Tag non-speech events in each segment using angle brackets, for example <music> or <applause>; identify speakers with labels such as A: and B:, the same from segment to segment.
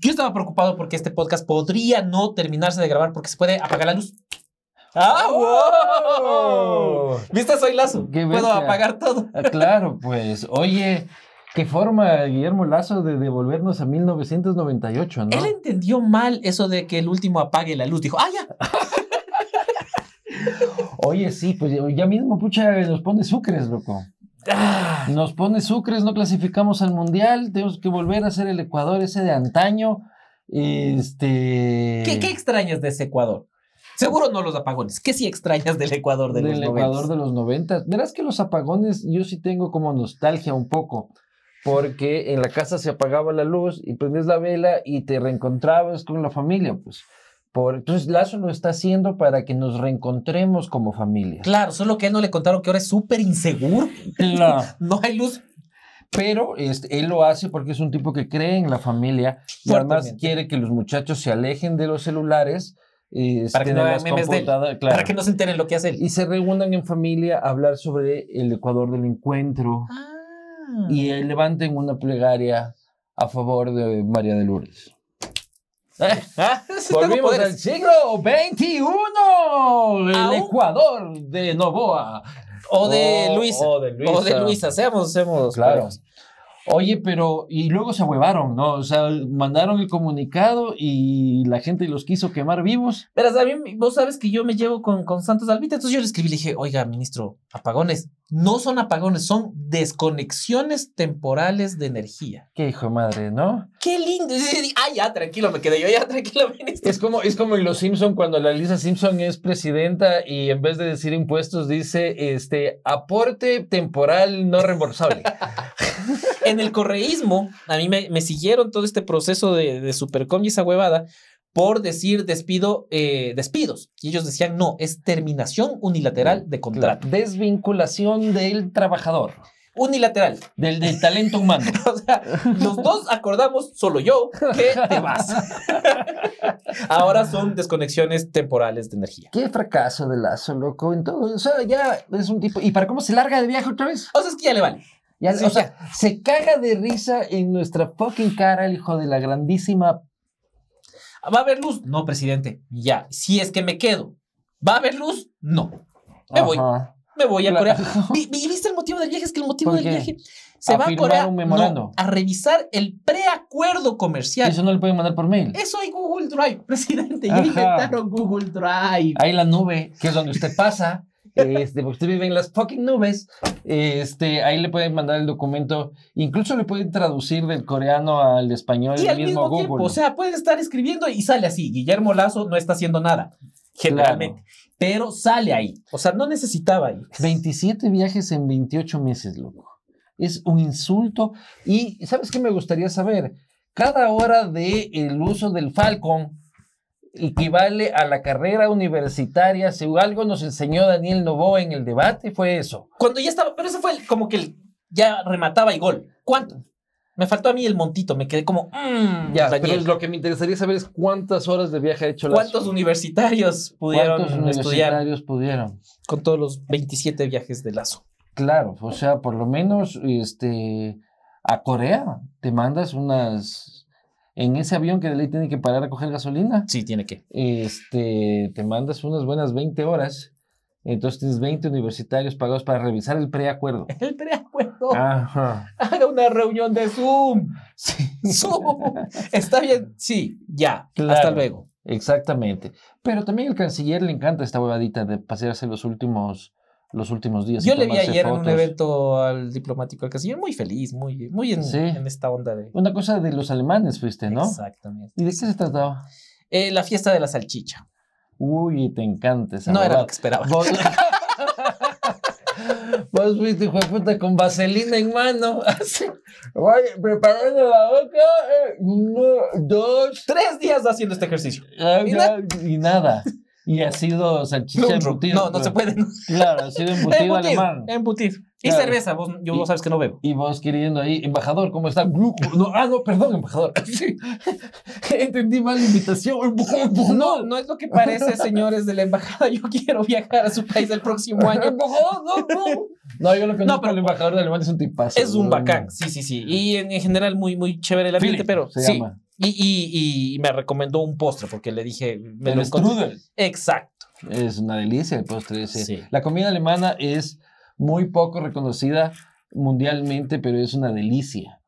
A: Yo estaba preocupado porque este podcast podría no terminarse de grabar porque se puede apagar la luz. ¡Ah, wow!
B: ¡Oh!
A: ¿Viste? Soy Lazo.
B: Qué
A: Puedo
B: bestia.
A: apagar todo.
B: Ah, Claro, pues, oye, qué forma Guillermo Lazo de devolvernos a 1998, ¿no?
A: Él entendió mal eso de que el último apague la luz. Dijo, ah, ya.
B: Oye, sí, pues ya mismo, pucha, nos pone sucres, loco.
A: Ah,
B: Nos pone sucres, no clasificamos al mundial, tenemos que volver a ser el Ecuador ese de antaño. Este.
A: ¿Qué, qué extrañas de ese Ecuador? Seguro no los apagones. ¿Qué sí extrañas del Ecuador de los
B: del
A: 90?
B: Ecuador de los 90. Verás que los apagones yo sí tengo como nostalgia un poco, porque en la casa se apagaba la luz y prendías la vela y te reencontrabas con la familia, pues. Por, entonces Lazo lo está haciendo para que nos reencontremos como familia.
A: Claro, solo que a él no le contaron que ahora es súper inseguro. No hay luz.
B: Pero este, él lo hace porque es un tipo que cree en la familia y además
A: Fuertemente.
B: quiere que los muchachos se alejen de los celulares. este,
A: Para que no
B: de
A: hagan
B: las
A: memes de él,
B: computadoras, claro.
A: Para que no se enteren lo que hace él.
B: Y se reúnan en familia a hablar sobre el Ecuador del encuentro.
A: Ah.
B: y eh, levanten una plegaria a favor de María de Lourdes.
A: Ah, <laughs> sí, tengo
B: Volvimos
A: poderes.
B: al siglo XXI, el
A: ¿Aún?
B: Ecuador de Novoa. Oh,
A: O de Luisa.
B: O de Luisa.
A: O de Luisa. Seamos, seamos.
B: Claro.
A: parejos.
B: Oye, pero, y luego se huevaron, ¿no? O sea, mandaron el comunicado y la gente los quiso quemar vivos.
A: Verás, a mí, vos sabes que yo me llevo con, con Santos Alvita, entonces yo le escribí y le dije, oiga, ministro, apagones. No son apagones, son desconexiones temporales de energía.
B: Qué hijo de madre, ¿no?
A: Qué lindo. Ah, ya, tranquilo, me quedé yo, ya, tranquilo, <laughs> ministro.
B: Es como, es como en Los Simpson cuando la Lisa Simpson es presidenta y en vez de decir impuestos dice este aporte temporal no reembolsable.
A: En el correísmo, a mí me, me siguieron todo este proceso de, de Supercom y esa huevada por decir despido, eh, despidos. Y ellos decían, no, es terminación
B: Mm,
A: unilateral de
B: La
A: contrato.
B: desvinculación del trabajador,
A: Unilateral. <laughs>
B: del, del talento <laughs> humano.
A: O sea, los dos acordamos, solo yo, que te vas. <laughs> Ahora son desconexiones temporales de energía.
B: Qué fracaso de Lazo, loco. En todo, o sea, ya es un tipo. ¿Y para cómo se larga de viaje otra vez?
A: O sea, es que ya le vale.
B: Ya,
A: Sí,
B: o sea, se caga de risa en nuestra fucking cara el hijo de la grandísima.
A: ¿Va a haber luz? No, presidente. Ya. Si es que me quedo. ¿Va a haber luz? No. Me voy.
B: Ajá.
A: Me voy a
B: Claro.
A: Corea. Vi- vi- ¿Viste el motivo del viaje? Es que el motivo
B: ¿Por
A: del
B: qué?
A: viaje se
B: ¿A
A: va a
B: firmar
A: Corea
B: un
A: no,
B: memorando?
A: a revisar el preacuerdo comercial.
B: Eso no le pueden mandar por mail.
A: Eso hay Google Drive, presidente. Ya
B: Ajá.
A: inventaron Google Drive.
B: Hay la nube, que es donde usted
A: <laughs>
B: pasa. Este, porque usted vive en las fucking nubes. Este, ahí le pueden mandar el documento. Incluso le pueden traducir del coreano al español
A: Y
B: el
A: al mismo
B: Google.
A: tiempo, o sea, puede estar escribiendo y sale así. Guillermo Lazo no está haciendo nada, generalmente, pero sale ahí. O sea, no necesitaba ahí.
B: 27 viajes en 28 meses, loco. Es un insulto. Y ¿sabes qué me gustaría saber? Cada hora de el uso del Falcon equivale a la carrera universitaria. Si algo nos enseñó Daniel Novoa en el debate, fue eso.
A: Cuando ya estaba, pero ese fue el- como que el- ya remataba y gol. ¿Cuánto? Me faltó a mí el montito, me quedé como, mm,
B: Ya,
A: Daniel,
B: pero lo que me interesaría saber es cuántas horas de viaje ha hecho Lazo.
A: ¿cuántos universitarios pudieron
B: ¿Cuántos
A: estudiar
B: universitarios pudieron?
A: con todos los 27 viajes de Lazo?
B: Claro, o sea, por lo menos este, a Corea te mandas unas... En ese avión que de ley tiene que parar a coger gasolina,
A: Sí, tiene que. <laughs>
B: este, te mandas unas buenas 20 horas. Entonces tienes 20 universitarios pagados para revisar el preacuerdo.
A: El
B: Ah.
A: preacuerdo.
B: Ajá.
A: Haga una reunión de Zoom.
B: <laughs> Sí.
A: Zoom. Está bien. Sí, ya. Hasta
B: Claro.
A: luego.
B: Exactamente. Pero también al canciller le encanta esta huevadita de pasearse los últimos, los últimos días. y
A: Yo le vi
B: tomarse
A: ayer en un
B: fotos.
A: evento al diplomático al canciller muy feliz, muy, muy en,
B: Sí.
A: en esta onda de.
B: Una cosa de los alemanes fuiste, ¿no?
A: Exactamente.
B: ¿Y de qué se trataba?
A: Eh, la fiesta de la salchicha.
B: Uy, te encanta esa
A: No era
B: huevada.
A: lo que esperaba.
B: Vos, <laughs> vos fuiste, hijo de puta, con vaselina en mano. <laughs> Así. Voy preparando la boca. eh, Uno, dos.
A: Tres días haciendo este ejercicio.
B: ah,
A: Y
B: ya, Y, nada. Y ha sido salchicha
A: Lunro.
B: embutido.
A: No, no
B: pues.
A: se puede. no.
B: Claro,
A: <laughs>
B: ha sido embutido, alemán.
A: Embutir. Y
B: Claro.
A: cerveza. Vos, yo,
B: Y-
A: vos sabes que no <laughs> bebo.
B: Y vos queriendo ahí, embajador, ¿cómo está? No, ah, no, perdón, embajador. <laughs> Sí. Entendí mal la invitación.
A: No, no es lo que parece, señores de la embajada. Yo <laughs> quiero viajar a su país el próximo <laughs> año.
B: Embajador, no, no. No, yo lo conozco,
A: pero-
B: el embajador de Alemania es un tipazo.
A: Es un
B: No, no.
A: bacán. Sí, sí, sí. Y en, en general muy, muy chévere el ambiente,
B: Philip
A: pero
B: se
A: sí.
B: llama.
A: Y, y- y me recomendó un postre porque le dije, me
B: El
A: lo encontré.
B: strudel.
A: Exacto.
B: Es una delicia el postre ese.
A: Sí.
B: La comida alemana es muy poco reconocida mundialmente, pero es una delicia.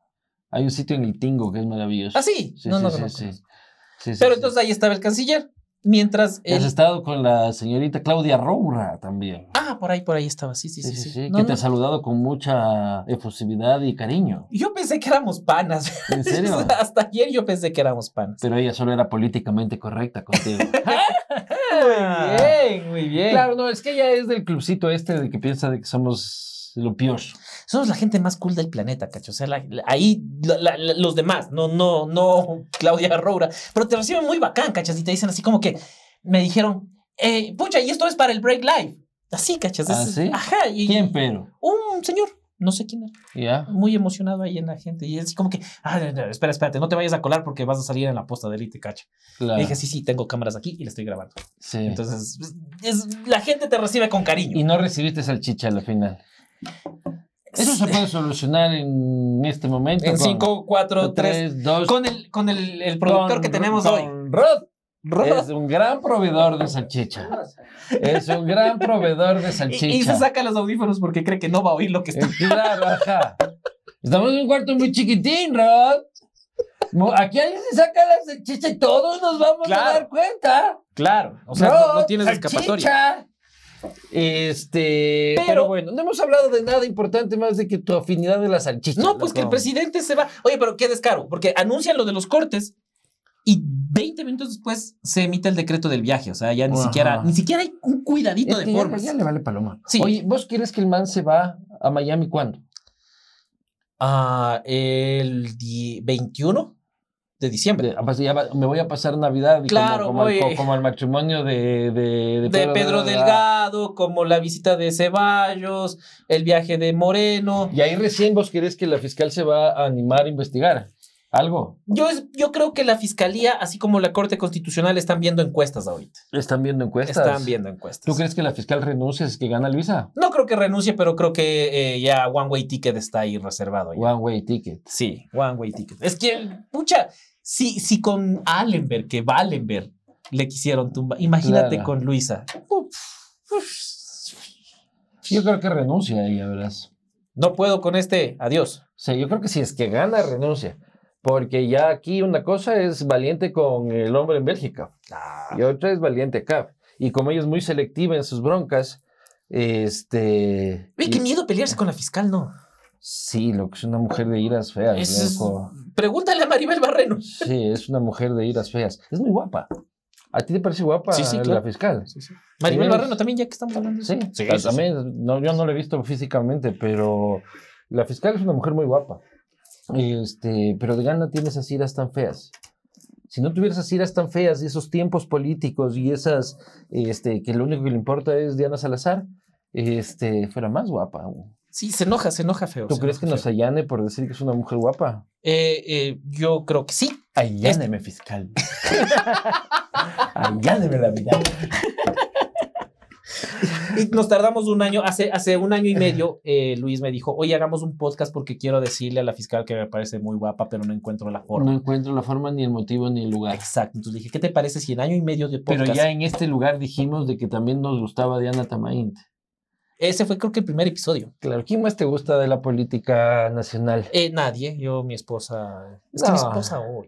B: Hay un sitio en el Tingo que es maravilloso.
A: Ah, sí.
B: Sí,
A: no,
B: sí,
A: no,
B: sí,
A: no,
B: sí.
A: no.
B: Sí, sí,
A: Pero
B: sí.
A: entonces ahí estaba el canciller. Mientras
B: Has
A: él.
B: estado con la señorita Claudia Roura también.
A: Ah, por ahí, por ahí estaba. Sí, sí, sí. sí. No,
B: que
A: no.
B: te ha saludado con mucha efusividad y cariño.
A: Yo pensé que éramos panas. <laughs>
B: <laughs> ¿En serio?
A: Hasta ayer yo pensé que éramos panas.
B: Pero ella solo era políticamente correcta contigo. <laughs>
A: bien, muy bien.
B: claro, no, es que ella es del clubcito este del que piensa de que somos lo peor.
A: Somos la gente más cool del planeta, cacho. O sea, la- la- ahí la- la- la- los demás, no, no, no, Claudia Roura. Pero te reciben muy bacán, cachas. Y te dicen así como que me dijeron, eh, pucha, y esto es para el Break Live. Así, cachas.
B: ¿Ah,
A: es-
B: sí?
A: Ajá. Y,
B: ¿Quién pero?
A: Un señor, no sé quién era,
B: ¿Ya?
A: muy emocionado ahí en la gente. Y es como que, ah, no, no, espera, espérate, no te vayas a colar porque vas a salir en la posta de élite, cacha.
B: Claro.
A: Le dije, sí, sí, tengo cámaras aquí y la estoy grabando.
B: Sí.
A: Entonces, es- la gente te recibe con cariño.
B: y no recibiste salchicha a la final. Eso se puede solucionar en este momento.
A: En
B: con
A: 5, 4, 3,
B: 2.
A: con el, con el, el productor que tenemos hoy.
B: Rod.
A: Rod.
B: Es un gran proveedor de salchicha. Es un gran proveedor de
A: Y,
B: salchicha.
A: y se saca los audífonos porque cree que no va a oír lo que está.
B: Eh, Claro, ajá. Estamos en un cuarto muy chiquitín, Rod. Mu- Aquí alguien se saca la salchicha y todos nos vamos
A: Claro.
B: a dar cuenta.
A: Claro, o sea,
B: Rod,
A: no, no tienes
B: salchicha.
A: escapatoria.
B: Este, pero,
A: Pero-
B: bueno, no hemos hablado de nada importante más de que tu afinidad de la salchicha.
A: No, pues que el
B: loco.
A: presidente se va. Oye, pero qué descaro, porque anuncian lo de los cortes y 20 minutos después se emite el decreto del viaje. O sea, ya ni
B: Ajá.
A: siquiera, ni siquiera hay un cuidadito
B: Es
A: de
B: que ya-
A: formas.
B: ya le vale paloma.
A: Sí.
B: Oye, ¿vos crees que el man se va a Miami cuándo?
A: Ah, el di- 21 de diciembre.
B: De- ah, pues ya va- me voy a pasar Navidad y
A: Claro,
B: como, como, al,
A: voy-
B: co- como al matrimonio de, de,
A: de Pedro, Delgado, como la visita de Ceballos, el viaje de Moreno.
B: Y ahí recién vos querés que la fiscal se va a animar a investigar algo.
A: Yo, es- yo creo que la Fiscalía, así como la Corte Constitucional, están viendo encuestas ahorita.
B: Están viendo encuestas.
A: Están viendo encuestas.
B: ¿Tú crees que la fiscal renuncia si es que gana Luisa?
A: No creo que renuncie, pero creo que eh, ya One Way Ticket está ahí reservado. ya.
B: One way ticket.
A: Sí, One Way Ticket. Es que, pucha, si, si con Allenberg, que Wallenberg le quisieron tumbar, imagínate
B: Claro.
A: con Luisa. Uf, uf.
B: Yo creo que renuncia ella, verás.
A: No puedo con este, adiós.
B: O sea, yo creo que si es que gana, renuncia. Porque ya aquí una cosa es valiente con el hombre en Bélgica y
A: Ah.
B: otra es valiente acá. Y como ella es muy selectiva en sus broncas, este...
A: Uy, qué miedo pelearse con la fiscal, ¿no?
B: Sí, lo que es una mujer de iras feas,
A: Eso es-
B: loco.
A: Pregúntale a Maribel Barreno.
B: Sí, es una mujer de iras feas. Es muy guapa. ¿A ti te parece guapa
A: Sí, sí,
B: la
A: claro.
B: fiscal?
A: Maribel
B: Sí.
A: Barreno también, ya que estamos hablando. de eso.
B: Sí,
A: Sí,
B: pero
A: sí,
B: también, No, yo no la he visto físicamente, pero la fiscal es una mujer muy guapa. Este, pero de gana tiene esas iras tan feas. Si no tuvieras esas iras tan feas y esos tiempos políticos y esas, este, que lo único que le importa es Diana Salazar, este, fuera más guapa. aún.
A: Sí, se enoja, se enoja feo.
B: ¿Tú
A: se
B: crees que
A: enoja
B: nos
A: feo.
B: allane por decir que es una mujer guapa?
A: Eh, eh, yo creo que sí.
B: Alláneme, <laughs> fiscal. Alláneme la vida.
A: Y nos tardamos un año, hace, hace un año y
B: <laughs>
A: medio, eh, Luis me dijo, oye, hagamos un podcast porque quiero decirle a la fiscal que me parece muy guapa, pero no encuentro la
B: No
A: forma.
B: encuentro la forma, ni el motivo, ni el lugar.
A: Exacto. Entonces dije, ¿qué te parece si en año y medio de
B: Pero
A: podcast?
B: ya en este lugar dijimos de que también nos gustaba Diana Tamaínt.
A: Ese fue creo que el primer episodio.
B: Claro, ¿quién más te gusta de la política nacional?
A: Eh, nadie, yo, mi esposa. Es que mi
B: No.
A: esposa hoy.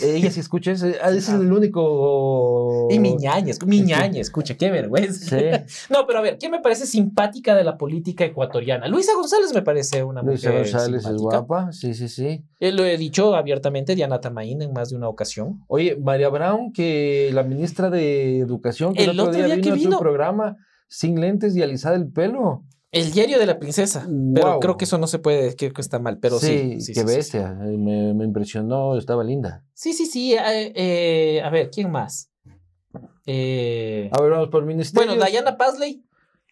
B: Ella si escucha, ese ah, ese es el único...
A: Y mi ñaña, escu- mi ñaña, escucha, qué
B: <laughs>
A: vergüenza.
B: Oh. Sí,
A: No, pero a ver, ¿quién me parece simpática de la política ecuatoriana? Luisa González me parece una
B: Luisa
A: mujer
B: González es
A: simpática.
B: guapa, sí, sí, sí.
A: Eh, lo he dicho abiertamente, Diana Tamaín, en más de una ocasión.
B: Oye, María Brown, que la ministra de Educación, que el, otro, día, vino
A: que
B: a su
A: vino.
B: programa sin lentes y alisada el pelo.
A: El diario de la princesa. Pero
B: Guau.
A: creo que eso no se puede, creo que está mal, pero sí. Sí, sí, sí,
B: qué bestia, eh, Me, me impresionó, estaba linda.
A: Sí, sí, sí. eh, eh, a ver, ¿quién más? Eh,
B: A ver, vamos por ministerio.
A: bueno, Diana Pasley.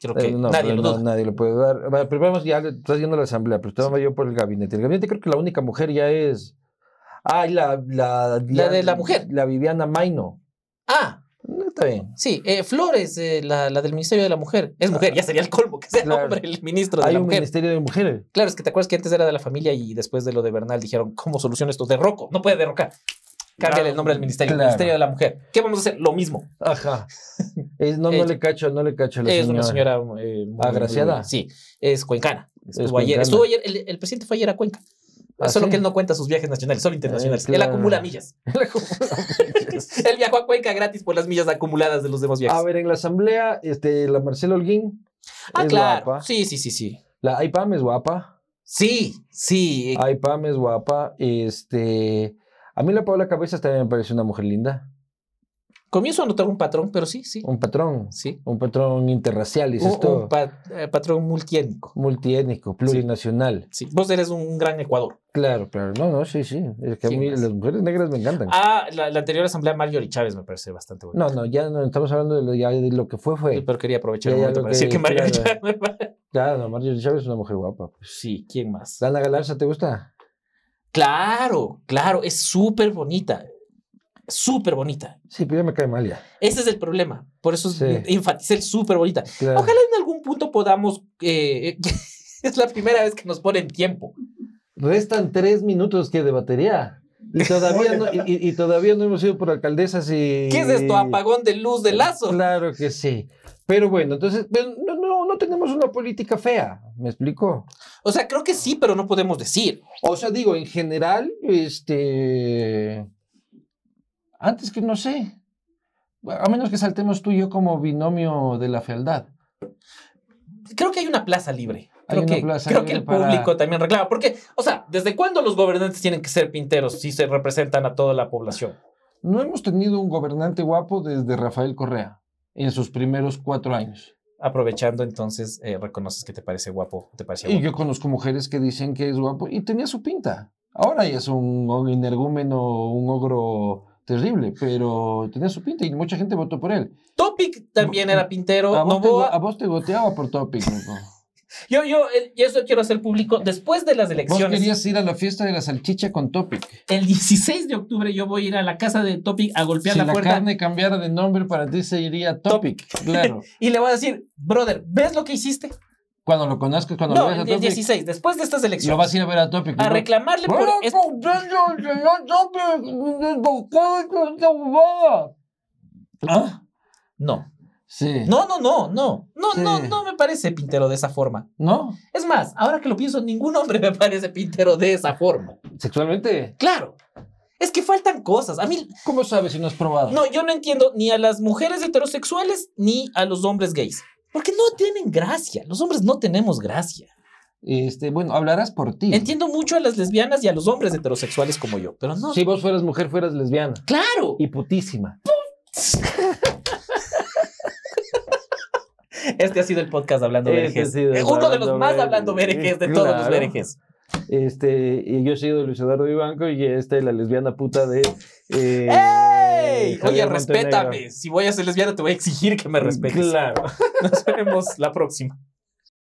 A: Creo que
B: Eh, no,
A: nadie lo
B: no,
A: duda.
B: nadie lo puede dar. Bueno, Pero vamos, ya le- estás yendo a la asamblea, pero estaba yo por el gabinete. El gabinete creo que la única mujer ya es. Ah, y la, la,
A: de la mujer.
B: La Viviana Maino.
A: Ah,
B: No, está bien.
A: sí. eh, Flores, eh, la, la del Ministerio de la Mujer. Es mujer, ya sería el colmo que sea
B: Ah. Claro.
A: hombre el ministro de
B: Hay
A: la
B: un
A: mujer.
B: ministerio de mujeres.
A: Claro, es que te acuerdas que antes era de la familia y después de lo de Bernal dijeron, ¿cómo soluciono esto? Derroco, no puede derrocar. Cámbiale
C: Claro.
A: el nombre del ministerio,
B: Claro.
A: Ministerio de la Mujer. ¿Qué vamos a hacer? Lo mismo. <laughs>
B: Ajá. Es- no, no
A: Ella.
B: le cacho, no le cacho a la
A: es
B: señora.
A: una señora eh, muy-
B: Agraciada.
A: Sí, es cuencana. Estuvo
B: Es
A: ayer.
B: cuencana.
A: Estuvo ayer el, el presidente fue ayer a Cuenca.
B: ¿Ah,
A: solo
B: sí?
A: que él no cuenta sus viajes nacionales, solo internacionales.
B: Eh, claro.
A: Él acumula
B: <laughs>
A: millas. <laughs> él viajó a Cuenca gratis por las millas acumuladas de los demás viajes.
B: A ver, en la asamblea, este, la Marcela Holguín.
A: ah,
B: es
A: claro.
B: guapa.
A: Sí, sí, sí, sí.
B: La IPAM es guapa.
A: Sí, sí.
B: IPAM es guapa. Este. A mí la Paula Cabezas también me parece una mujer linda.
A: Comienzo a notar un patrón, pero sí, sí.
B: Un patrón.
A: Sí.
B: Un patrón interracial, dices
A: Un,
B: tú.
A: un pa- eh, patrón multiétnico.
B: Multiétnico, plurinacional.
A: Sí. Vos eres un, un gran Ecuador.
B: Claro, claro. No, no, sí, sí. Es que a
A: ¿Quién
B: mí
A: más?
B: las mujeres negras me encantan.
A: Ah, la, la anterior asamblea Marjorie Chávez me parece bastante buena.
B: No, no, ya no estamos hablando de lo, ya de lo que fue, fue.
A: Pero quería aprovechar
B: Ya,
A: el
B: ya
A: momento
B: lo
A: para
B: que-
A: decir que Marjorie
B: claro.
A: Chávez me
B: Claro, no, Marjorie Chávez es una mujer guapa. pues.
A: Sí, ¿quién más?
B: Dana Galarza, ¿te gusta?
A: Claro, claro, es súper bonita. Súper bonita.
B: Sí, pero ya me cae mal ya.
A: Ese es el problema. Por eso
B: Sí.
A: enfaticé el súper bonita.
B: Claro.
A: Ojalá en algún punto podamos. eh, <laughs> es la primera vez que nos ponen tiempo.
B: Restan tres minutos que de batería. Y todavía, no, y, y- y todavía no hemos ido por alcaldesas y...
A: ¿Qué es esto? Apagón de luz de lazo.
B: Claro que sí. Pero bueno, entonces, pero no, no, no tenemos una política fea, ¿me explico?
A: O sea, creo que sí, pero no podemos decir.
B: O sea, digo, en general, este... Antes que no sé. A menos que saltemos tú y yo como binomio de la fealdad.
A: Creo que hay una plaza libre.
B: Hay
A: Creo,
B: una
A: que,
B: plaza
A: creo
B: libre
A: que el
B: para-
A: público también reclama. Porque, o sea, ¿desde cuándo los gobernantes tienen que ser pinteros si se representan a toda la población?
B: No hemos tenido un gobernante guapo desde Rafael Correa en sus primeros cuatro años.
A: Aprovechando, entonces, eh, reconoces que te parece guapo, te parece
B: Y
A: guapo.
B: yo conozco mujeres que dicen que es guapo y tenía su pinta. Ahora ya es un og- energúmeno, un ogro terrible, pero tenía su pinta y mucha gente votó por él.
A: Topic también era pintero.
B: A vos, te,
A: Novoa-
B: go- a vos te goteaba por Topic, loco.
A: Yo, yo, eh, y eso quiero hacer público. Después de las
B: Vos
A: elecciones,
B: querías ir a la fiesta de la salchicha con Topic.
A: el 16 de octubre, yo voy a ir a la casa de Topic a golpear
B: Si
A: la
B: la
A: puerta
B: carne cambiara de nombre, para ti se iría Topic,
A: <laughs>
B: claro.
A: y le voy a decir, brother, ¿ves lo que hiciste?
B: Cuando lo conozcas, cuando lo
A: no,
B: veas a
A: el
B: Topic,
A: 16, después de estas
B: lo
A: elecciones,
B: vas a ir a ver a Topic.
A: a
B: loco.
A: reclamarle por
B: Bueno,
A: es-
B: pues, yo- yo- yo- yo- yo- yo- yo- yo- ¿Ah?
A: No,
B: Sí.
A: no, no, no, no, no,
B: Sí.
A: no, no me parece pintero de esa forma.
B: ¿No?
A: Es más, ahora que lo pienso, ningún hombre <laughs> me parece pintero de esa forma.
B: ¿Sexualmente?
A: Claro. Es que faltan cosas. A mí,
B: ¿Cómo sabes si no has probado?
A: no, yo no entiendo ni a las mujeres heterosexuales ni a los hombres gays. Porque no tienen gracia. Los hombres no tenemos gracia.
B: Este, bueno, hablarás por ti.
A: Entiendo mucho a las lesbianas y a los hombres heterosexuales como yo, pero no.
B: Si vos fueras mujer, fueras lesbiana.
A: Claro.
B: Y putísima.
A: Este ha sido el podcast de Hablando
B: Este
A: Berejes.
B: ha sido
A: Eh, Uno de
B: Hablando
A: los más
B: Berejes.
A: Hablando Berejes de todos los
B: Claro.
A: Berejes.
B: Este, y yo he sido Luis Eduardo Vivanco y esta es la lesbiana puta de.
A: ¡Ey!
B: eh,
A: Oye,
B: Javier Montenegro.
A: respétame. Si voy a ser lesbiana, te voy a exigir que me respetes.
B: Claro.
A: Nos vemos la próxima.